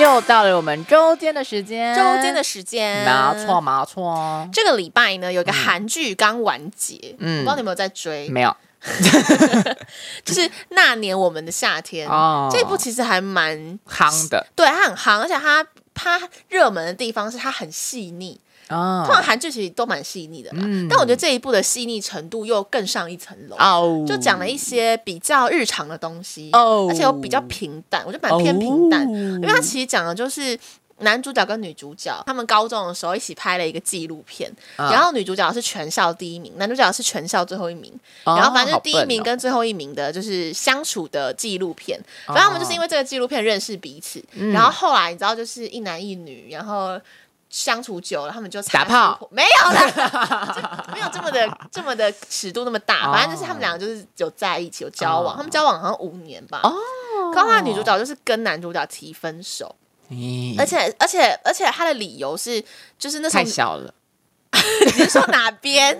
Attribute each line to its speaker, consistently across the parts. Speaker 1: 又到了我们周间的时间，
Speaker 2: 周间的时间，
Speaker 1: 嗯没错，。没错，
Speaker 2: 这个礼拜呢，有一个韩剧刚完结，
Speaker 1: 嗯
Speaker 2: 嗯，不知道你有没有在追？
Speaker 1: 没有
Speaker 2: 就是《那年我们的夏天》
Speaker 1: 哦
Speaker 2: 这一部其实还蛮，
Speaker 1: 夯的
Speaker 2: 对，它很夯，而且它它热门的地方是它很细腻，
Speaker 1: 啊
Speaker 2: 通常韩剧其实都蛮细腻的嘛，
Speaker 1: 嗯
Speaker 2: 但我觉得这一部的细腻程度又更上一层楼，
Speaker 1: 哦
Speaker 2: 就讲了一些比较日常的东西，
Speaker 1: 哦
Speaker 2: 而且又比较平淡，我觉得蛮偏平淡，
Speaker 1: 哦
Speaker 2: 因为它其实讲的就是。男主角跟女主角，他们高中的时候一起拍了一个纪录片，
Speaker 1: 啊
Speaker 2: 然后女主角是全校第一名，男主角是全校最后一名，
Speaker 1: 哦
Speaker 2: 然后反正第一名跟最后一名的就是相处的纪录片，
Speaker 1: 哦
Speaker 2: 反正他们就是因为这个纪录片认识彼此，
Speaker 1: 嗯
Speaker 2: 然后后来你知道就是一男一女，然后相处久了，他们就
Speaker 1: 打
Speaker 2: 擦
Speaker 1: 炮
Speaker 2: 出火没有啦， 就没有这么 的这么的尺度那么大，
Speaker 1: 哦
Speaker 2: 反正就是他们两个就是有在一起有交往，
Speaker 1: 哦
Speaker 2: 他们交往好像五年吧。
Speaker 1: 哦
Speaker 2: 可后来女主角就是跟男主角提分手，
Speaker 1: 咦
Speaker 2: 而且而且而且她的理由是，就是那时候
Speaker 1: 太小了，
Speaker 2: 你是说哪 边？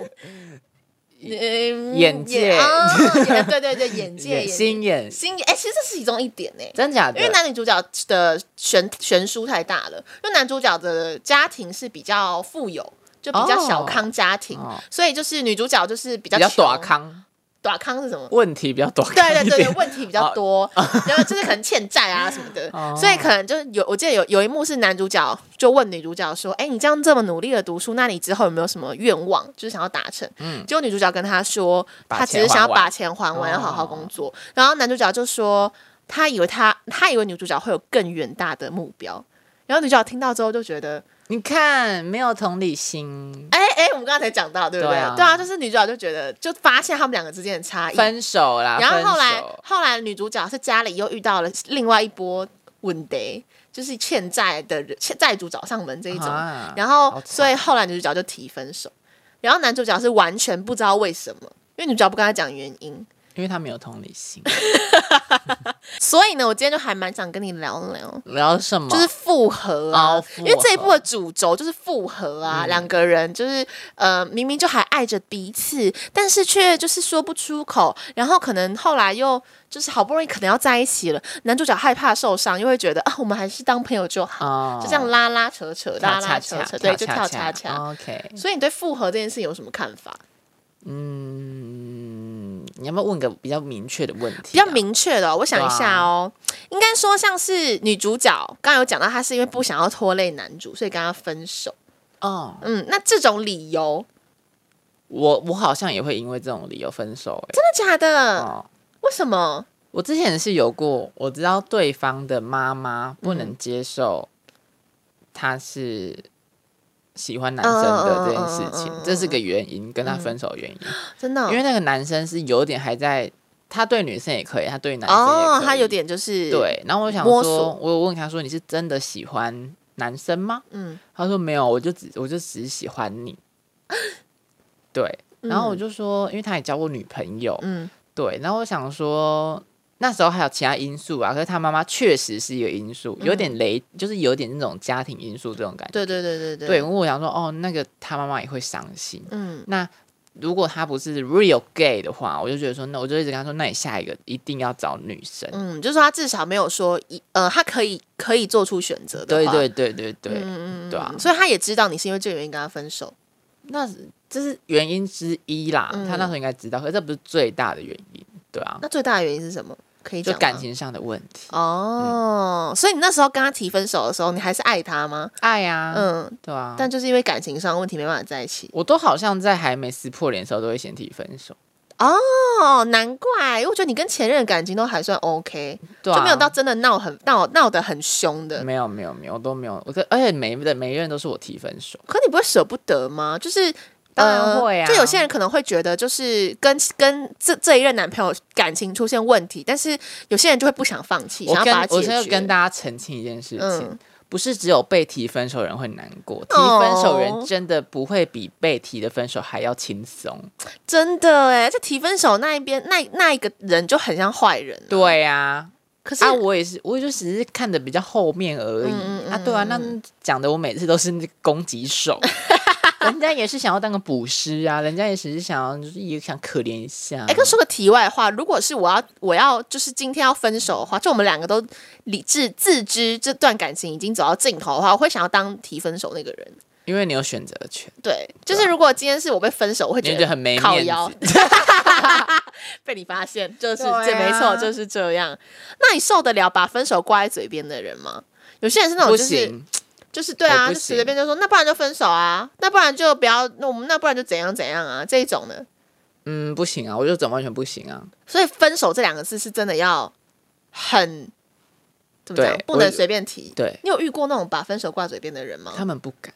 Speaker 2: 嗯
Speaker 1: 眼界
Speaker 2: 眼哦眼对对对，眼界、
Speaker 1: 眼心眼
Speaker 2: 心眼，哎、其实这是其中一点呢、
Speaker 1: 真假的？
Speaker 2: 因为男女主角的悬悬殊太大了，因为男主角的家庭是比较富有，就比较
Speaker 1: 哦
Speaker 2: 小康家庭，
Speaker 1: 哦
Speaker 2: 所以就是女主角就是比较
Speaker 1: 比较
Speaker 2: 穷
Speaker 1: 短，康，
Speaker 2: 短康是什么？
Speaker 1: 问题比较短康
Speaker 2: 对对
Speaker 1: 一
Speaker 2: 对对，
Speaker 1: 点
Speaker 2: 问题比较多， 然后就是可能欠债啊什么的
Speaker 1: 哦，
Speaker 2: 所以可能就是有我记得有有一幕是男主角就问女主角说：“哎，你这样这么努力的读书，那你之后有没有什么愿望，就是想要达成？”
Speaker 1: 嗯
Speaker 2: 结果女主角跟他说，
Speaker 1: 把
Speaker 2: 她只是
Speaker 1: 钱还
Speaker 2: 想要
Speaker 1: 完
Speaker 2: 把钱还完，
Speaker 1: 哦
Speaker 2: 要好好工作。然后男主角就说，他以为他他以为女主角会有更远大的目标。然后女主角听到之后就觉得，
Speaker 1: 你看没有同理心，
Speaker 2: 哎哎，我们刚才讲到对不对？
Speaker 1: 对啊
Speaker 2: 就是女主角就觉得，就发现他们两个之间的差异，
Speaker 1: 分手啦，
Speaker 2: 然后后
Speaker 1: 分
Speaker 2: 来
Speaker 1: 手
Speaker 2: 后来女主角是家里又遇到了另外一波问题，就是欠债的人欠债主找上门这一种，
Speaker 1: 啊
Speaker 2: 然后
Speaker 1: 惨
Speaker 2: 所以后来女主角就提分手，然后男主角是完全不知道为什么，因为女主角不跟他讲原因，
Speaker 1: 因为他没有同理心，
Speaker 2: 所以呢，我今天就还蛮想跟你聊聊。
Speaker 1: 聊什么？
Speaker 2: 就是复合啊，
Speaker 1: 哦复合嗯
Speaker 2: 因为这一部的主轴就是复合啊，两、个人就是呃，明明就还爱着彼此，但是却就是说不出口，然后可能后来又就是好不容易可能要在一起了，男主角害怕受伤，又会觉得啊，我们还是当朋友就好，
Speaker 1: 哦
Speaker 2: 就这样拉拉扯扯，拉
Speaker 1: 跳恰
Speaker 2: 拉扯
Speaker 1: 恰，
Speaker 2: 扯，对，就跳
Speaker 1: 恰嗯
Speaker 2: 恰恰。
Speaker 1: OK，
Speaker 2: 所以你对复合这件事有什么看法？
Speaker 1: 嗯你要不要问个比较明确的啊问题啊？
Speaker 2: 比较明确的哦、我想一下哦，应该说像是女主角刚刚有讲到，她是因为不想要拖累男主，所以跟他分手。
Speaker 1: 哦，
Speaker 2: 嗯，那这种理由
Speaker 1: 我我好像也会因为这种理由分手、欸，
Speaker 2: 真的假的？
Speaker 1: 哦，
Speaker 2: 为什么？
Speaker 1: 我之前是有过，我知道对方的妈妈不
Speaker 2: 嗯
Speaker 1: 能接受他是喜欢男生的这件事情，
Speaker 2: 嗯嗯嗯嗯嗯嗯嗯
Speaker 1: 这是个原因，跟他分手的原因，
Speaker 2: 真的哦、
Speaker 1: 因为那个男生是有点还在，他对女生也可以，他对男生也可
Speaker 2: 哦
Speaker 1: 以，，
Speaker 2: 他有点就是，
Speaker 1: 对。然后我想
Speaker 2: 摸
Speaker 1: 说
Speaker 2: 索，
Speaker 1: 我有问他说你是真的喜欢男生吗？
Speaker 2: 嗯，
Speaker 1: 他说没有，我就只我就只是喜欢你。对，然后我就说，因为他也交过女朋友，
Speaker 2: 嗯
Speaker 1: 对，然后我想说，那时候还有其他因素啊，可是他妈妈确实是一个因素，有
Speaker 2: 嗯
Speaker 1: 点雷，就是有点那种家庭因素这种感觉。
Speaker 2: 对对对对对，
Speaker 1: 对，因为我想说，哦，那个他妈妈也会伤心。
Speaker 2: 嗯
Speaker 1: 那如果他不是 real gay 的话，我就觉得说，那我就一直跟他说，那你下一个一定要找女生。
Speaker 2: 嗯，就是说他至少没有说一呃，他可以可以做出选择的
Speaker 1: 对
Speaker 2: 话，
Speaker 1: 对对对对，
Speaker 2: 嗯
Speaker 1: 对啊
Speaker 2: 所以他也知道你是因为这个原因跟他分手，
Speaker 1: 那这是原因之一啦。
Speaker 2: 嗯
Speaker 1: 他那时候应该知道，可是这不是最大的原因，对啊，
Speaker 2: 那最大的原因是什么？可以
Speaker 1: 就
Speaker 2: 讲吗啊
Speaker 1: 感情上的问题。
Speaker 2: 哦，所以你那时候跟他提分手的时候，你还是爱他吗？
Speaker 1: 爱啊，
Speaker 2: 嗯，
Speaker 1: 对啊，
Speaker 2: 但就是因为感情上的问题没办法在一起。
Speaker 1: 我都好像在还没撕破脸的时候都会先提分手，
Speaker 2: 哦，难怪，因为我觉得你跟前任的感情都还算 OK，、
Speaker 1: 对啊，嗯
Speaker 2: 就没有到真的闹很闹闹得很凶的。
Speaker 1: 没有没有没有，我都没有，我跟而且每的每一任都是我提分手，
Speaker 2: 可你不会舍不得吗？就是。呃
Speaker 1: 当然会啊
Speaker 2: 就有些人可能会觉得，就是跟跟这这一任男朋友感情出现问题，但是有些人就会不想放弃，
Speaker 1: 我
Speaker 2: 想要
Speaker 1: 跟
Speaker 2: 把它
Speaker 1: 我
Speaker 2: 解
Speaker 1: 现在
Speaker 2: 决。
Speaker 1: 跟大家澄清一件事情。
Speaker 2: 嗯
Speaker 1: 不是只有被提分手的人会难过，提
Speaker 2: 哦
Speaker 1: 分手的人真的不会比被提的分手还要轻松。
Speaker 2: 哦真的哎，在提分手那一边，那那一个人就很像坏人。，
Speaker 1: 对啊，
Speaker 2: 可是、
Speaker 1: 啊，我也是，我就只是看的比较后面而已、
Speaker 2: 嗯嗯嗯
Speaker 1: 啊。对啊，那讲的我每次都是那个攻击手，人家也是想要当个捕师啊，人家也只是想要就是也想可怜一下。
Speaker 2: 哎，跟说个题外话，如果是我要我要就是今天要分手的话，就我们两个都理智自知这段感情已经走到尽头的话，我会想要当提分手那个人。
Speaker 1: 因为你有选择权，
Speaker 2: 对，就是如果今天是我被分手，我会
Speaker 1: 啊你
Speaker 2: 觉
Speaker 1: 就觉
Speaker 2: 得
Speaker 1: 得很没
Speaker 2: 靠
Speaker 1: 面
Speaker 2: 腰
Speaker 1: 子。
Speaker 2: 被你发现，就是
Speaker 1: 对啊
Speaker 2: 这没错，就是这样。那你受得了把分手挂在嘴边的人吗？有些人是那种
Speaker 1: 不
Speaker 2: 就是
Speaker 1: 行，
Speaker 2: 就是对
Speaker 1: 我
Speaker 2: 啊，
Speaker 1: 不
Speaker 2: 就
Speaker 1: 行
Speaker 2: 随便就说，那不然就分手啊，那不然就不要，那我们那不然就怎样怎样啊这一种的。
Speaker 1: 嗯，不行啊，我就整完全不行啊。
Speaker 2: 所以分手这两个字是真的要很怎么讲
Speaker 1: 对，
Speaker 2: 不能
Speaker 1: 我
Speaker 2: 随便提。
Speaker 1: 对
Speaker 2: 你有遇过那种把分手挂嘴边的人吗？
Speaker 1: 他们不敢，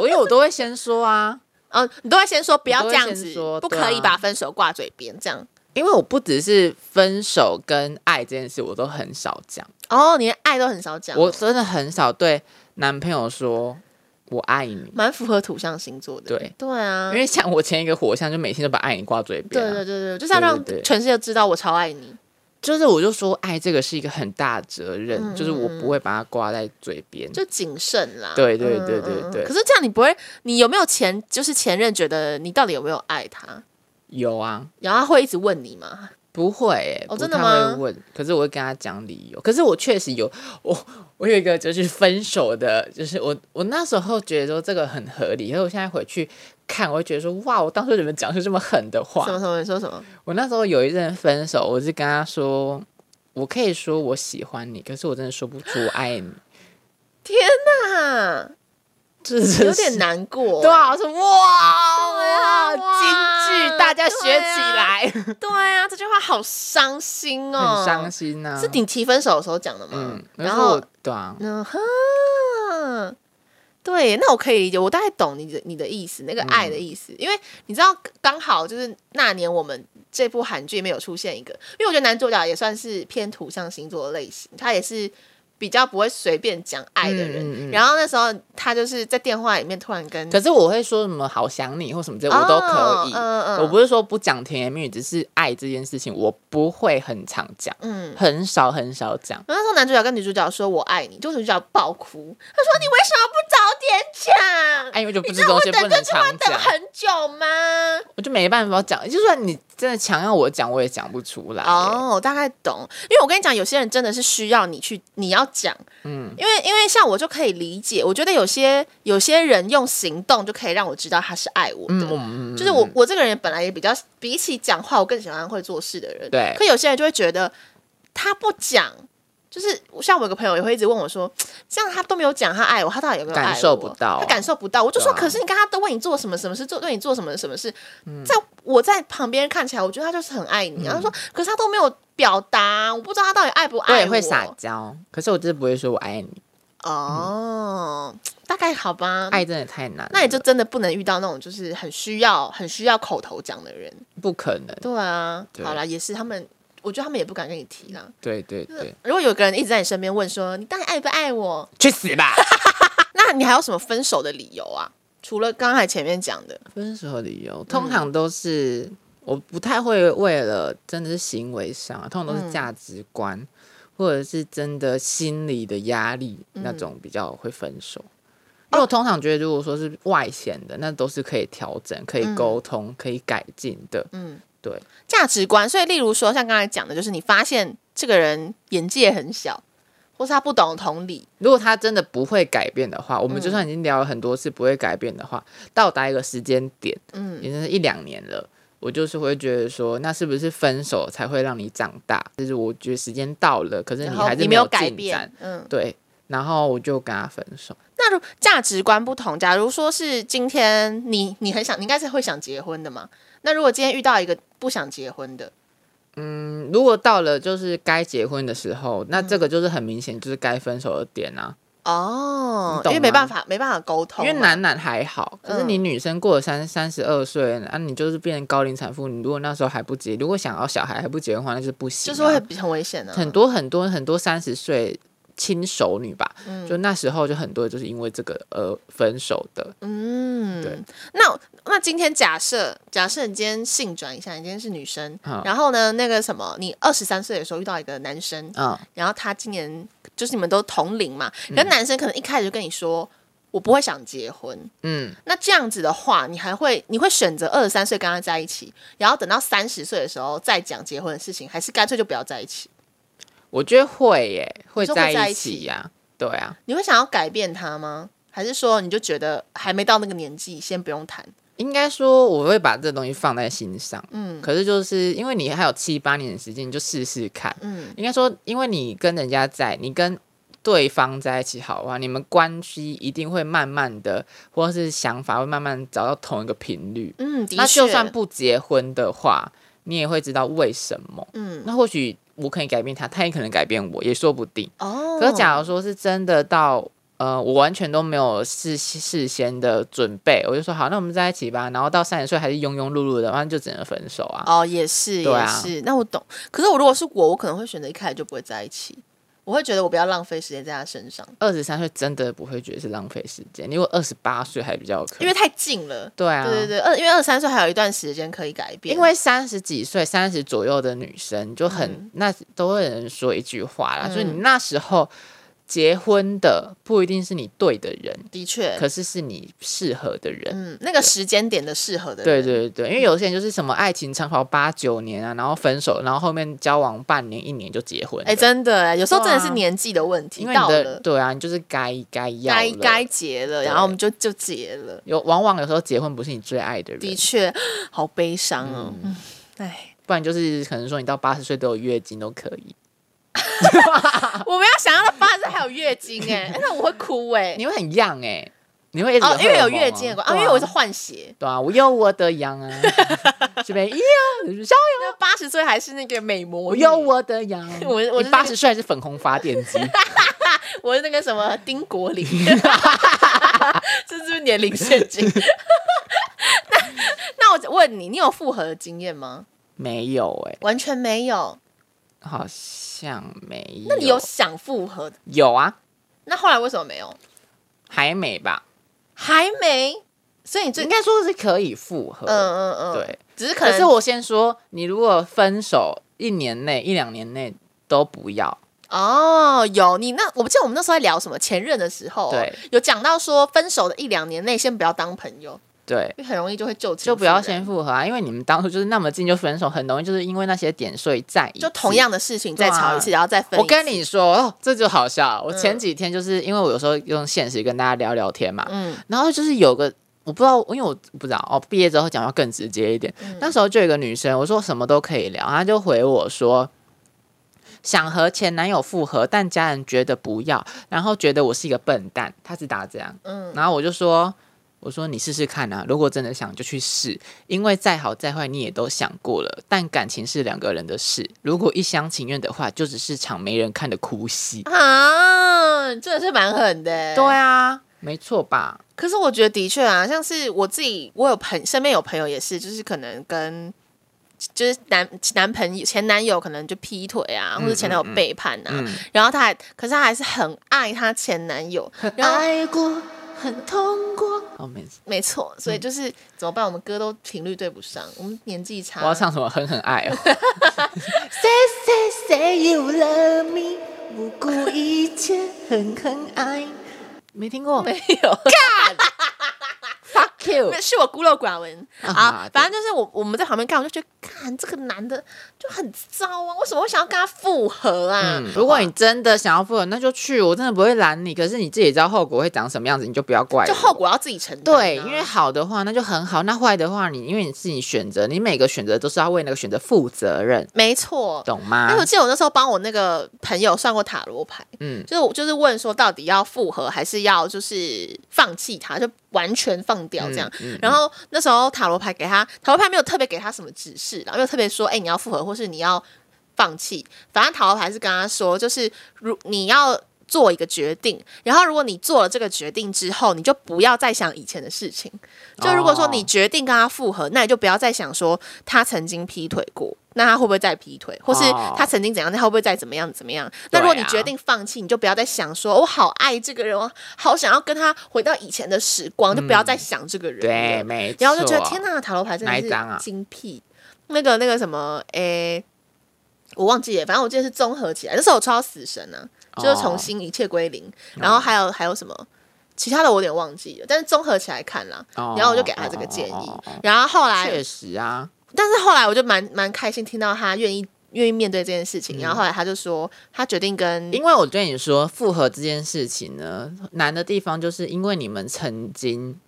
Speaker 1: 我因为我都会先说啊，
Speaker 2: 哦，你都会先说不要
Speaker 1: 我都
Speaker 2: 这
Speaker 1: 会
Speaker 2: 样
Speaker 1: 先
Speaker 2: 子
Speaker 1: 说，
Speaker 2: 不
Speaker 1: 对
Speaker 2: 可以
Speaker 1: 啊
Speaker 2: 把分手挂嘴边这样。
Speaker 1: 因为我不只是分手跟爱这件事，我都很少讲，
Speaker 2: 哦，你连爱都很少讲哦，
Speaker 1: 我真的很少对男朋友说我爱你，
Speaker 2: 蛮符合土象星座的。
Speaker 1: 对
Speaker 2: 对啊
Speaker 1: 因，为像我前一个火象就每天都把爱你挂嘴
Speaker 2: 对
Speaker 1: 边、啊，
Speaker 2: 对对对，就是要
Speaker 1: 对对
Speaker 2: 让
Speaker 1: 对
Speaker 2: 全世界知道我超爱你。
Speaker 1: 就是我就说爱这个是一个很大的责任，
Speaker 2: 嗯
Speaker 1: 就是我不会把它挂在嘴边，
Speaker 2: 就谨慎啦。
Speaker 1: 对对
Speaker 2: 嗯
Speaker 1: 对
Speaker 2: 嗯
Speaker 1: 对
Speaker 2: 嗯
Speaker 1: 对
Speaker 2: 可是这样你不会，你有没有前就是前任觉得你到底有没有爱他？
Speaker 1: 有啊。
Speaker 2: 然后他会一直问你吗？
Speaker 1: 不会、欸，不
Speaker 2: 哦真的
Speaker 1: 太
Speaker 2: 吗
Speaker 1: 会问，可是我会跟他讲理由。可是我确实有，我我有一个就是分手的，就是我我那时候觉得说这个很合理，可是我现在回去看，我会觉得说哇，我当初怎么讲出这么狠的话
Speaker 2: 什？么什么？你说什么？
Speaker 1: 我那时候有一阵分手，我是跟他说，我可以说我喜欢你，可是我真的说不出我爱你，
Speaker 2: 啊，
Speaker 1: 这真是
Speaker 2: 有点。难 过。
Speaker 1: 对啊，我说哇，
Speaker 2: 对啊哇
Speaker 1: 京剧大家学起来，
Speaker 2: 对啊，这句话好伤心哦，
Speaker 1: 很伤。心呐、啊。
Speaker 2: 是你提分手的时候讲的吗
Speaker 1: 嗯？，然
Speaker 2: 然
Speaker 1: 后
Speaker 2: 后
Speaker 1: 我对啊，
Speaker 2: 嗯哈，对，那我可以理解，我大概懂你的你的意思，那个爱
Speaker 1: 嗯
Speaker 2: 的意思，因为你知道，刚好就是那年我们这部韩剧里面有出现一个，因为我觉得男主角也算是偏土象星座的类型，他也是比较不会随便讲爱的人。
Speaker 1: 嗯嗯嗯
Speaker 2: 然后那时候他就是在电话里面突然跟，
Speaker 1: 可是我会说什么好想你或什么之类，我都可以。
Speaker 2: 哦嗯嗯
Speaker 1: 我不是说不讲甜言蜜语，只是爱这件事情，我不会很常讲，
Speaker 2: 嗯，
Speaker 1: 很少很少讲。
Speaker 2: 然后那时候男主角跟女主角说“我爱你”，就女主角爆哭，他说：“你为什么不早点讲？”
Speaker 1: 哎，因为就不
Speaker 2: 你
Speaker 1: 是
Speaker 2: 知道
Speaker 1: 东
Speaker 2: 我
Speaker 1: 西不
Speaker 2: 等这
Speaker 1: 能
Speaker 2: 句话
Speaker 1: 常
Speaker 2: 等
Speaker 1: 讲，
Speaker 2: 很久吗？
Speaker 1: 我就没办法讲。就算你真的强要我讲，我也讲不出来。
Speaker 2: 哦，我大概懂，因为我跟你讲，有些人真的是需要你去，你要讲，嗯
Speaker 1: 嗯，
Speaker 2: 因为因为像我就可以理解，我觉得有些有些人用行动就可以让我知道他是爱我的，
Speaker 1: 嗯嗯嗯，
Speaker 2: 就是我我这个人本来也比较比起讲话，我更喜欢会做事的人，
Speaker 1: 对
Speaker 2: 可有些人就会觉得他不讲。就是像我有个朋友也会一直问我说，这样他都没有讲他爱我，他到底有没有爱我
Speaker 1: 感受不到啊
Speaker 2: 他感受不到。我就说，
Speaker 1: 对啊
Speaker 2: 可是你刚刚都为你做什么什么事，做对你做什么什么事，
Speaker 1: 嗯
Speaker 2: 在我在旁边看起来，我觉得他就是很爱你。然后说，可是他都没有表达，我不知道他到底爱不爱
Speaker 1: 我
Speaker 2: 我。
Speaker 1: 也会撒娇，可是我就是不会说我爱你。
Speaker 2: 哦，大概好吧。
Speaker 1: 爱真的太难了，
Speaker 2: 嗯那你就真的不能遇到那种就是很需要、很需要口头讲的人。
Speaker 1: 不可能。
Speaker 2: 对啊，
Speaker 1: 对
Speaker 2: 好啦，也是他们，我觉得他们也不敢跟你提啦。
Speaker 1: 对对对，
Speaker 2: 如果有个人一直在你身边问说你到底爱不爱我，啊
Speaker 1: 去死吧！
Speaker 2: 那你还有什么分手的理由啊？除了刚才前面讲的，
Speaker 1: 分手理由
Speaker 2: 嗯
Speaker 1: 通常都是、我不太会为了真的是行为上啊，通常都
Speaker 2: 嗯
Speaker 1: 是价值观、或者是真的心理的压力、那种比较会分手。
Speaker 2: 哦
Speaker 1: 因为我通常觉得，如果说是外显的，那都是可以调整、可以沟通、可以改进的。
Speaker 2: 嗯，
Speaker 1: 对，
Speaker 2: 价值观。所以，例如说，像刚才讲的，就是你发现这个人眼界很小，或是他不懂同理，
Speaker 1: 如果他真的不会改变的话，我们就算已经聊了很多次不会改变的话，到达一个时间点，
Speaker 2: 嗯
Speaker 1: 已经是一两年了，我就是会觉得说，那是不是分手才会让你长大？就是我觉得时间到了，可是
Speaker 2: 然
Speaker 1: 你
Speaker 2: 后
Speaker 1: 还是
Speaker 2: 没
Speaker 1: 有
Speaker 2: 改
Speaker 1: 进展
Speaker 2: 变，，嗯。
Speaker 1: 对。然后我就跟他分手，
Speaker 2: 那如价值观不同，假如说是今天你你很想，你应该是会想结婚的嘛？那如果今天遇到一个不想结婚的，
Speaker 1: 嗯，如果到了就是该结婚的时候，那这个就是很明显就是该分手的点啊。
Speaker 2: 哦
Speaker 1: 你，懂
Speaker 2: 因为没
Speaker 1: 吗
Speaker 2: 办法没办法沟通
Speaker 1: 因
Speaker 2: 嘛，
Speaker 1: 为男男还好，可是你女生过了三三十二岁，啊，你就是变成高龄产妇，你如果那时候还不结，如果想要小孩还不结婚的话，那是不行
Speaker 2: 就
Speaker 1: 啊、
Speaker 2: 是会比很危险的、
Speaker 1: 很多很多很多三十岁亲熟女吧，
Speaker 2: 嗯
Speaker 1: 就那时候就很多就是因为这个而分手的。对
Speaker 2: 嗯，那那今天假设假设你今天性转一下，你今天是女生，
Speaker 1: 好
Speaker 2: 然后呢，那个什么，你二十三岁的时候遇到一个男生，
Speaker 1: 嗯，
Speaker 2: 然后他今年就是你们都同龄嘛，可是男生可能一开始就跟你说。我不会想结婚。
Speaker 1: 嗯，
Speaker 2: 那这样子的话，你还会你会选择二十三岁跟他在一起，然后等到三十岁的时候再讲结婚的事情，还是干脆就不要在一起？
Speaker 1: 我觉得会耶、会
Speaker 2: 你说会在
Speaker 1: 在
Speaker 2: 一
Speaker 1: 一
Speaker 2: 起
Speaker 1: 起呀、对啊，
Speaker 2: 你会想要改变他吗？还是说你就觉得还没到那个年纪，先不用谈？
Speaker 1: 应该说我会把这东西放在心上，
Speaker 2: 嗯
Speaker 1: 可是就是因为你还有七八年的时间，你就试试看。
Speaker 2: 嗯
Speaker 1: 应该说，因为你跟人家在，你跟对方在一起好的话，你们关系一定会慢慢的，或是想法会慢慢找到同一个频率。
Speaker 2: 嗯，的
Speaker 1: 那
Speaker 2: 确，
Speaker 1: 就算不结婚的话，你也会知道为什么。
Speaker 2: 嗯
Speaker 1: 那或许我可以改变他，他也可能改变我，也说不定。
Speaker 2: 哦，
Speaker 1: 可是假如说是真的到呃，我完全都没有事事先的准备，我就说好，那我们在一起吧。然后到三十岁还是庸庸碌碌的，那就只能分手啊。
Speaker 2: 哦，也是、
Speaker 1: 对
Speaker 2: 也
Speaker 1: 啊
Speaker 2: 是，那我懂。可是我如果是我，我可能会选择一开始就不会在一起，我会觉得我不要浪费时间在他身上，
Speaker 1: 二十三岁真的不会觉得是浪费时间，因为二十八岁还比较有可能，
Speaker 2: 因为太近了。
Speaker 1: 对啊，
Speaker 2: 对对对，二因为二十三岁还有一段时间可以改变，
Speaker 1: 因为三十几岁、三十左右的女生就很、那都会有人说一句话啦，
Speaker 2: 嗯
Speaker 1: 所以你那时候结婚的不一定是你对的人，
Speaker 2: 的确，
Speaker 1: 可是是你适合的人。
Speaker 2: 嗯，那个时间点的适合的
Speaker 1: 对
Speaker 2: 人，
Speaker 1: 对对，因为有些人就是什么爱情长跑八九年啊，然后分手，然后后面交往半年一年就结婚了。
Speaker 2: 哎、真的哎，有时候真的是
Speaker 1: 对啊
Speaker 2: 年纪的问题，
Speaker 1: 因为你
Speaker 2: 到
Speaker 1: 的
Speaker 2: 了
Speaker 1: 对啊，你就是该该要
Speaker 2: 该
Speaker 1: 了
Speaker 2: 该结了，然后我们就就结了，
Speaker 1: 有往往有时候结婚不是你最爱的人，
Speaker 2: 的确好悲伤哦，嗯，哎、
Speaker 1: 不然就是可能说你到八十岁都有月经都可以，
Speaker 2: 我们要想要到八十还有月经 哎、那我会哭哎、
Speaker 1: 你会很样哎、你会一直
Speaker 2: 哦，因为有月
Speaker 1: 荷尔蒙
Speaker 2: 经的关
Speaker 1: 对
Speaker 2: 啊，因为我是换血，
Speaker 1: 对啊，我有我的羊啊， 是呗？一样，像
Speaker 2: 那八十岁还是那个美魔
Speaker 1: 我
Speaker 2: 女，
Speaker 1: 啊有我的羊。
Speaker 2: 我我
Speaker 1: 你八十岁还是粉红发电机，
Speaker 2: 我是那个什么丁国林， 这是不是年龄陷阱？ 那那我问你，你有复合的经验吗？
Speaker 1: 没有哎、
Speaker 2: 完全没有。
Speaker 1: 好像没有。
Speaker 2: 那你有想复合？
Speaker 1: 有啊？
Speaker 2: 那后来为什么没有？
Speaker 1: 还没吧？
Speaker 2: 还没。所以你最
Speaker 1: 应
Speaker 2: 嗯
Speaker 1: 该说是可以复合，
Speaker 2: 嗯嗯，
Speaker 1: 对。
Speaker 2: 只是可
Speaker 1: 可
Speaker 2: 能
Speaker 1: 是我先说，你如果分手一年内、一两年内都不要，
Speaker 2: 哦，有你那我不记得我们那时候在聊什么前任的时候，哦
Speaker 1: 对，
Speaker 2: 有讲到说分手的一两年内先不要当朋友，
Speaker 1: 对，
Speaker 2: 因为很容易就会旧情
Speaker 1: 就不要
Speaker 2: 复燃
Speaker 1: 先复合啊，因为你们当初就是那么近就分手，很容易就是因为那些点所以在一起
Speaker 2: 就同样的事情再
Speaker 1: 对啊
Speaker 2: 吵一次，然后再分。
Speaker 1: 我跟，你说，哦，这就好笑。我前
Speaker 2: 嗯
Speaker 1: 几天就是因为我有时候用现实跟大家聊聊天嘛，
Speaker 2: 嗯
Speaker 1: 然后就是有个我不知道，因为我不知道哦，毕业之后讲话更直接一点。
Speaker 2: 嗯
Speaker 1: 那时候就有一个女生，我说什么都可以聊，她就回我说。想和前男友复合，但家人觉得不要，然后觉得我是一个笨蛋，她是打这样，
Speaker 2: 嗯，
Speaker 1: 然后我就说，我说你试试看啊，如果真的想就去试，因为再好再坏你也都想过了，但感情是两个人的事，如果一厢情愿的话，就只是场没人看的哭戏。
Speaker 2: 啊，真的是蛮狠的欸。
Speaker 1: 对啊，没错吧？
Speaker 2: 可是我觉得的确啊，像是我自己，我有朋身边有朋友也是，就是可能跟就是男男朋友前男友可能就劈腿啊，或者前男友背叛啊，
Speaker 1: 嗯，
Speaker 2: 然后她还可是她还是很爱她前男友，然后
Speaker 1: 爱过，很痛过。哦，没事，
Speaker 2: 没错，所以就是、怎么办？我们歌都频率对不上，我们年纪差。
Speaker 1: 我要唱什么？狠狠爱 哦。
Speaker 3: Say say you love me，不顾一切，狠狠爱。
Speaker 1: 没听过
Speaker 2: 没有。
Speaker 1: ，Fuck you！
Speaker 2: 没有是我孤陋寡闻
Speaker 1: 啊
Speaker 2: 啊
Speaker 1: 对，
Speaker 2: 反正就是我我们在旁边看，我就觉得，看这个男的就很糟啊，为什么会想要跟他复合啊？
Speaker 1: 嗯，如果你真的想要复合，那就去，我真的不会拦你。可是你自己也知道后果会长什么样子，你就不要怪我。
Speaker 2: 就后果要自己承担啊、
Speaker 1: 对，因为好的话那就很好，那坏的话你因为你自己选择，你每个选择都是要为那个选择负责任，
Speaker 2: 没错。
Speaker 1: 懂吗
Speaker 2: 哎，？我记得我那时候帮我那个朋友算过塔罗牌，
Speaker 1: 嗯，
Speaker 2: 就是我就是问说到底要复合还是要就是放弃他，就完全放掉这样。
Speaker 1: 嗯嗯
Speaker 2: 然后那时候塔罗牌给他，塔罗牌没有特别给他什么指示啦，然后没有特别说，哎、你要复合或是你要放弃，反正塔罗牌是跟他说，就是如你要。做一个决定，然后如果你做了这个决定之后，你就不要再想以前的事情。就如果说你
Speaker 1: 哦
Speaker 2: 决定跟他复合，那你就不要再想说他曾经劈腿过，那他会不会再劈腿，或是
Speaker 1: 哦
Speaker 2: 他曾经怎样，那他会不会再怎么样怎么样？
Speaker 1: 对
Speaker 2: 那
Speaker 1: 啊
Speaker 2: 如果你决定放弃，你就不要再想说我哦好爱这个人，我好想要跟他回到以前的时光，就不要再想这个人了。
Speaker 1: 嗯对，没错。
Speaker 2: 然后就觉得天呐，塔罗牌真
Speaker 1: 哪一张
Speaker 2: 的
Speaker 1: 啊
Speaker 2: 是精辟。那个那个什么，诶、我忘记了，反正我记得是
Speaker 1: 哦
Speaker 2: 综合起来。那时候我抽到死神啊，就是重新一切归零，然后还有还有什么其他的我有点忘记了，但是综合起来看啦，
Speaker 1: 哦
Speaker 2: 然后我就给他这个建议
Speaker 1: 哦哦哦哦，
Speaker 2: 然后后来
Speaker 1: 确实啊，
Speaker 2: 但是后来我就蛮蛮开心，听到他愿意愿意面对这件事情。然后后来他就说，他决定跟
Speaker 1: 因为我对你说复合这件事情呢，难的地方就是因为你们曾经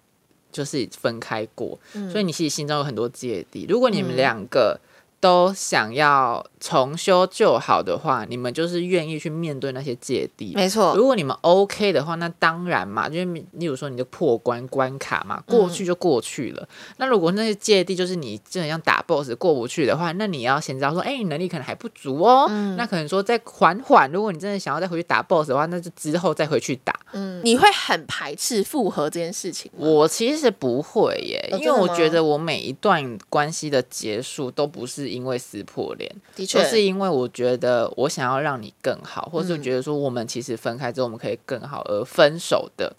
Speaker 1: 就是分开过，所以你其实心中有很多芥蒂。如果你们两个都想要重修旧好的话，你们就是愿意去面对那些芥蒂。
Speaker 2: 没错，
Speaker 1: 如果你们 OK 的话，那当然嘛，就是你例如说你的破关关卡嘛，
Speaker 2: 嗯
Speaker 1: 过去就过去了。那如果那些芥蒂就是你就很像打 BOSS 过不去的话，那你要先知道说，哎、你能力可能还不足哦。
Speaker 2: 嗯
Speaker 1: 那可能说再缓缓，如果你真的想要再 回去打 BOSS 的话，那就之后再回去打。
Speaker 2: 嗯，你会很排斥复合这件事情吗？
Speaker 1: 我其实不会耶，
Speaker 2: 哦
Speaker 1: 因
Speaker 2: 真
Speaker 1: 为
Speaker 2: 的
Speaker 1: 我
Speaker 2: 吗
Speaker 1: 觉得我每一段关系的结束都不是因为撕破脸，
Speaker 2: 的确
Speaker 1: 就是因为我觉得我想要让你更好，或是
Speaker 2: 嗯
Speaker 1: 觉得说我们其实分开之后我们可以更好而分手的。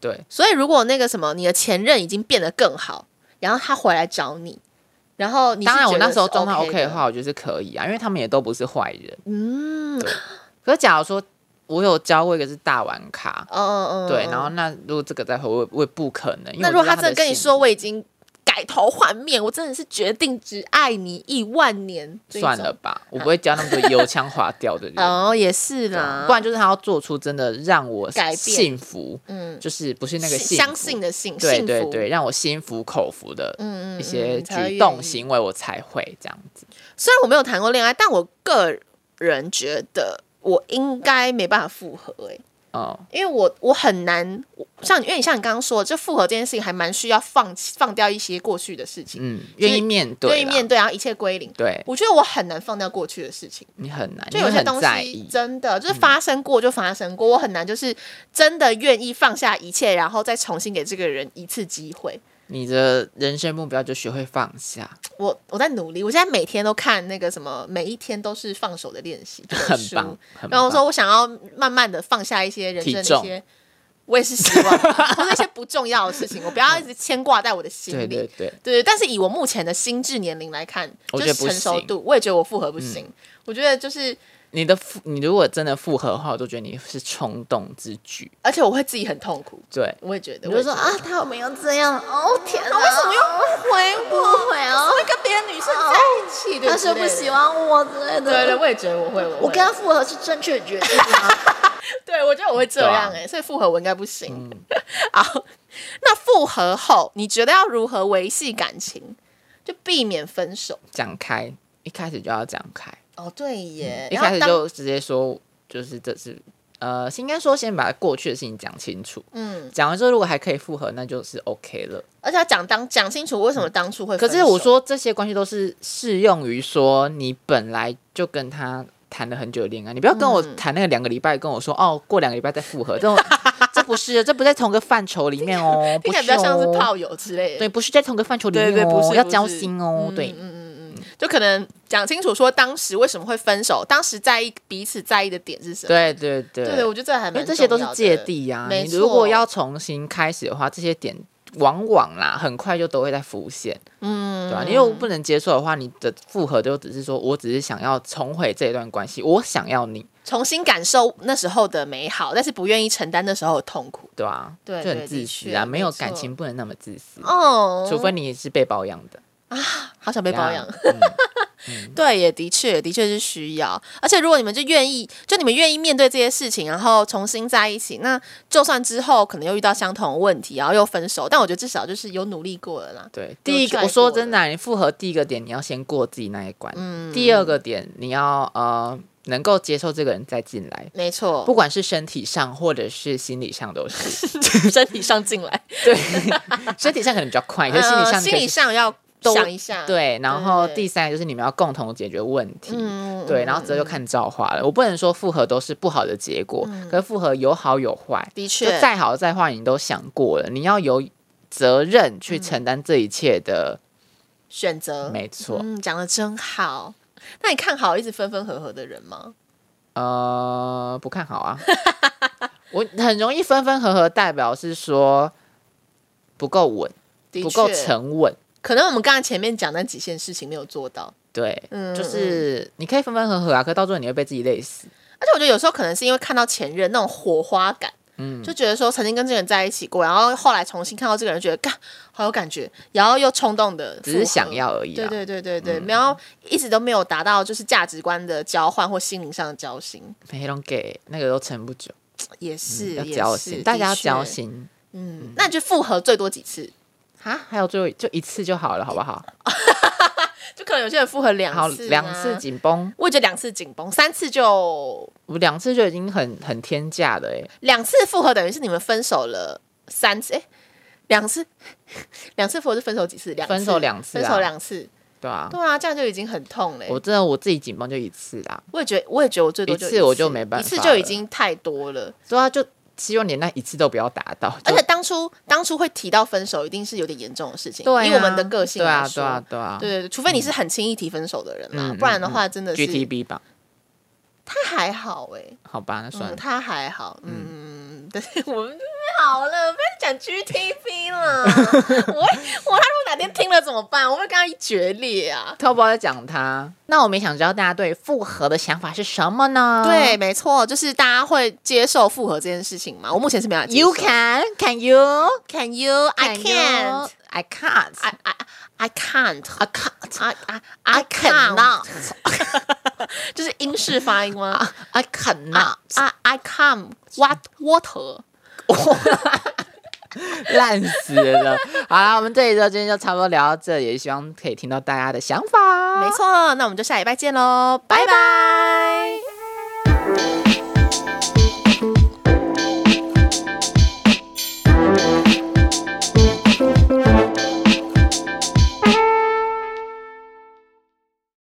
Speaker 1: 对，
Speaker 2: 所以如果那个什么，你的前任已经变得更好，然后他回来找你，然后你是
Speaker 1: 当然我
Speaker 2: 觉得
Speaker 1: 那时候
Speaker 2: 是
Speaker 1: 状态
Speaker 2: OK
Speaker 1: OK 的话，我觉得是可以啊，因为他们也都不是坏人。嗯， 可是假如说我有教过一个是大玩咖，
Speaker 2: 嗯嗯嗯，
Speaker 1: 对，
Speaker 2: 嗯
Speaker 1: 然后那如果这个再回，我也我也不可能。因为
Speaker 2: 那
Speaker 1: 我
Speaker 2: 如果
Speaker 1: 知道
Speaker 2: 他真的跟你
Speaker 1: 性
Speaker 2: 说我已经改头换面，我真的是决定只爱你一万年，这一
Speaker 1: 算
Speaker 2: 种
Speaker 1: 了，吧，我不会教那么多油腔滑调的人。
Speaker 2: 嗯
Speaker 1: 啊
Speaker 2: 哦，也是啦，
Speaker 1: 不然就是他要做出真的让我
Speaker 2: 改变
Speaker 1: 幸福，
Speaker 2: 嗯，
Speaker 1: 就是不是那个
Speaker 2: 是
Speaker 1: 幸福
Speaker 2: 相信的信，
Speaker 1: 对
Speaker 2: 幸
Speaker 1: 对
Speaker 2: 福
Speaker 1: 对，让我心服口服的
Speaker 2: 嗯嗯
Speaker 1: 一些
Speaker 2: 嗯才会
Speaker 1: 举
Speaker 2: 愿
Speaker 1: 动
Speaker 2: 意
Speaker 1: 行为，我才会这样子。
Speaker 2: 虽然我没有谈过恋爱，但我个人觉得我应该没办法复合、欸，
Speaker 1: 哦，
Speaker 2: 因为我我很难我像你，因为你像你刚刚说的，就复合这件事情还蛮需要放弃放掉一些过去的事情，
Speaker 1: 嗯，
Speaker 2: 就是
Speaker 1: 愿意面对啦，
Speaker 2: 愿意面对，然后一切归零。
Speaker 1: 对
Speaker 2: 我觉得我很难放掉过去的事情，
Speaker 1: 你很难，
Speaker 2: 就
Speaker 1: 你
Speaker 2: 有
Speaker 1: 会
Speaker 2: 些
Speaker 1: 很
Speaker 2: 东
Speaker 1: 在
Speaker 2: 西
Speaker 1: 意，嗯
Speaker 2: 真的就是发生过就发生过，我很难就是真的愿意放下一切，然后再重新给这个人一次机会。
Speaker 1: 你的人生目标就学会放下，
Speaker 2: 我我在努力，我现在每天都看那个什么，每一天都是放手的练习，这本
Speaker 1: 很
Speaker 2: 书
Speaker 1: 棒。很
Speaker 2: 然后我说
Speaker 1: 棒
Speaker 2: 我想要慢慢的放下一些人生的
Speaker 1: 体重
Speaker 2: 一些，我也是希望，啊或者一些不重要的事情，我不要一直牵挂在我的心里。
Speaker 1: 嗯对对对，
Speaker 2: 对但是以我目前的心智年龄来看，
Speaker 1: 我
Speaker 2: 就
Speaker 1: 觉
Speaker 2: 是
Speaker 1: 得
Speaker 2: 成
Speaker 1: 不
Speaker 2: 熟
Speaker 1: 行嗯
Speaker 2: 度，我也觉得我复合不行。我觉得就是，
Speaker 1: 你的复，你如果真的复合的话，我都觉得你是冲动之举，
Speaker 2: 而且我会自己很痛苦。
Speaker 1: 对。
Speaker 2: 我也觉得，
Speaker 3: 我
Speaker 2: 我也
Speaker 3: 就
Speaker 2: 觉
Speaker 3: 说
Speaker 2: 得
Speaker 3: 啊，，他没有这样哦，天哪！
Speaker 2: 他为什么又不回 我？
Speaker 3: 不回
Speaker 2: 怎
Speaker 3: 哦
Speaker 2: 么会跟别的女生在一起？对
Speaker 3: 他
Speaker 2: 之
Speaker 3: 说
Speaker 2: 类
Speaker 3: 不
Speaker 2: 的
Speaker 3: 喜。欢我之
Speaker 2: 对
Speaker 3: 类
Speaker 2: 对，
Speaker 3: 的。
Speaker 2: 我也觉得我会，我
Speaker 3: 我
Speaker 2: 会
Speaker 3: 跟他复合是正确的决定吗？
Speaker 2: 对，我觉得我会这
Speaker 1: 对啊嗯
Speaker 2: 样哎、所以复合我应该不行。 好，那复合后，你觉得要如何维系感情，就避免分手？
Speaker 1: 讲开，一开始就要讲开，
Speaker 2: 哦，对耶
Speaker 1: 嗯一开始就直接说，就是这是呃，应该说先把过去的事情讲清楚，
Speaker 2: 嗯，
Speaker 1: 讲完之后如果还可以复合，那就是 OK 了。
Speaker 2: 而且要讲当讲清楚为什么当初会
Speaker 1: 嗯可
Speaker 2: 分手。
Speaker 1: 是我说这些关系都是适用于说你本来就跟他谈了很久的恋爱，你不要跟
Speaker 2: 嗯
Speaker 1: 我谈那个两个礼拜，跟我说、哦过两个礼拜再复 合，这种这不是这不在同个范畴里面哦，不
Speaker 2: 听起
Speaker 1: 是
Speaker 2: 来比较像是
Speaker 1: 哦。
Speaker 2: 炮友之类的，
Speaker 1: 对，不是在同个范畴里面
Speaker 2: 对
Speaker 1: 哦，
Speaker 2: 对不是嗯
Speaker 1: 要
Speaker 2: 不
Speaker 1: 交
Speaker 2: 是
Speaker 1: 心哦。对，
Speaker 2: 就可能讲清楚说当时为什么会分手，当时在意彼此在意的点是什么。
Speaker 1: 对对对，
Speaker 2: 对，我觉得这还
Speaker 1: 因为
Speaker 2: 蛮
Speaker 1: 这些都是
Speaker 2: 重要的
Speaker 1: 芥蒂呀、
Speaker 2: 没
Speaker 1: 你
Speaker 2: 错。
Speaker 1: 如果要重新开始的话，这些点往往啦，很快就都会再浮现，
Speaker 2: 嗯
Speaker 1: 对吧、你如果不能接受的话，你的复合就只是说我只是想要重回这一段关系，我想要你，
Speaker 2: 重新感受那时候的美好，但是不愿意承担那时候的痛苦。
Speaker 1: 对吧、
Speaker 2: 对
Speaker 1: 就
Speaker 2: 对
Speaker 1: 很自
Speaker 2: 的
Speaker 1: 私
Speaker 2: 确
Speaker 1: 啊，
Speaker 2: 没
Speaker 1: 没有
Speaker 2: 错
Speaker 1: 感情不能那么自私，
Speaker 2: 哦，
Speaker 1: 除非你是被包养的，
Speaker 2: 好想被包养
Speaker 1: 呀。嗯
Speaker 2: 对，也的确，的确是需要。而且如果你们就愿意，就你们愿意面对这些事情，然后重新在一起，那就算之后可能又遇到相同的问题，然后又分手，但我觉得至少就是有努力过了啦。
Speaker 1: 对，第一个
Speaker 2: try
Speaker 1: 我说
Speaker 2: 过
Speaker 1: 真的啊、你复合第一个点你要先过自己那一关，
Speaker 2: 嗯
Speaker 1: 第二个点你要呃能够接受这个人再进来。
Speaker 2: 没错，
Speaker 1: 不管是身体上或者是心理上都是，
Speaker 2: 身体上进来，
Speaker 1: 对，身体上可能比较 快，可是心理
Speaker 2: 呃
Speaker 1: 上你
Speaker 2: 心
Speaker 1: 可以
Speaker 2: 理上要
Speaker 1: 都
Speaker 2: 想一下。，
Speaker 1: 对，然后
Speaker 2: 对
Speaker 1: 第三个就是你们要共同解决问题。
Speaker 2: 嗯
Speaker 1: 对，然后这就看造化了。我不能说复合都是不好的结果，可是复合有好有坏，
Speaker 2: 的
Speaker 1: 就
Speaker 2: 嗯确
Speaker 1: 再好再坏你都想过了，你要有责任去承担这一切的，
Speaker 2: 选择，
Speaker 1: 没错。
Speaker 2: 嗯，讲的真好。那你看好一直分分合合的人吗？嗯
Speaker 1: 呃，不看好啊， 我很容易分分合合，代表是说不够稳，
Speaker 2: 的
Speaker 1: 不够
Speaker 2: 确，
Speaker 1: 沉稳。
Speaker 2: 可能我们刚才前面讲那几件事情没有做到。
Speaker 1: 对，
Speaker 2: 嗯
Speaker 1: 就是你可以分分合合啊，可是到最后你会被自己累死。
Speaker 2: 而且我觉得有时候可能是因为看到前任那种火花感，嗯，就觉得说曾经跟这个人在一起过，然后后来重新看到这个人，觉得干好有感觉，然后又冲动的，
Speaker 1: 只是想。要而已啊嗯
Speaker 2: 对
Speaker 1: 啦。
Speaker 2: 对对对对，然后一直都没有达到就是价值观的交换或心灵上的交心，
Speaker 1: 黑龙给那个都撑不久，
Speaker 2: 也
Speaker 1: 嗯
Speaker 2: 是
Speaker 1: 要
Speaker 2: 也
Speaker 1: 交
Speaker 2: 是
Speaker 1: 心，大家要交。
Speaker 2: 的确
Speaker 1: 心
Speaker 2: 嗯，那你就复合最多几次？
Speaker 1: 啊！还有最后就一次就好了，好不好？
Speaker 2: 就可能有些人复合两次、啊
Speaker 1: 好，两次，啊紧绷，
Speaker 2: 我也觉得两次紧绷，三次就
Speaker 1: 我两次就已经很很天价了哎、
Speaker 2: 两次复合，等于是你们分手了三次，哎、两次， 两次复合是分手几次？两次
Speaker 1: 分手两次啊
Speaker 2: 分手两次，
Speaker 1: 对啊，
Speaker 2: 对啊，这样就已经很痛嘞、
Speaker 1: 我真的我自己紧绷就一次啦，
Speaker 2: 我也觉得，我也觉得我最多就
Speaker 1: 一次我就没办法
Speaker 2: 一次就已经太多了。
Speaker 1: 对啊，就希望连那一次都不要达到，
Speaker 2: 而
Speaker 1: 就
Speaker 2: 且当初当初会提到分手，一定是有点严重的事情，
Speaker 1: 对啊
Speaker 2: 以我们的个性
Speaker 1: 对啊
Speaker 2: 来说，
Speaker 1: 对啊对啊
Speaker 2: 对对对除非你是很轻易提分手的人啦，
Speaker 1: 嗯嗯
Speaker 2: 不然的话真的是
Speaker 1: ，GTB 吧，
Speaker 2: 他还好哎、
Speaker 1: 好吧，那算
Speaker 2: 嗯，
Speaker 1: 了，
Speaker 2: 他还好，嗯，但是我们 好了，不要讲 GTP 了。 我会我他如果哪天听了怎么办？我会跟他决裂啊！
Speaker 1: 偷包在讲他，那我们也想知道大家对复合的想法是什么呢？
Speaker 2: 对，没错，就是大家会接受复合这件事情嘛。我目前是没有接受。
Speaker 1: ，You can can you
Speaker 2: can you? I
Speaker 1: can you?
Speaker 2: can't.
Speaker 1: I can't
Speaker 2: I I I can't.
Speaker 1: I can't
Speaker 2: I I
Speaker 1: I
Speaker 2: I
Speaker 1: cannot
Speaker 2: cannot. 就是英式发音 吗
Speaker 1: I
Speaker 2: ？I
Speaker 1: cannot
Speaker 2: I I can't. What water?
Speaker 1: 烂死了。好啦，我们这一周今天就差不多聊到这里，也希望可以听到大家的想法。
Speaker 2: 没错，那我们就下礼拜见喽，拜拜。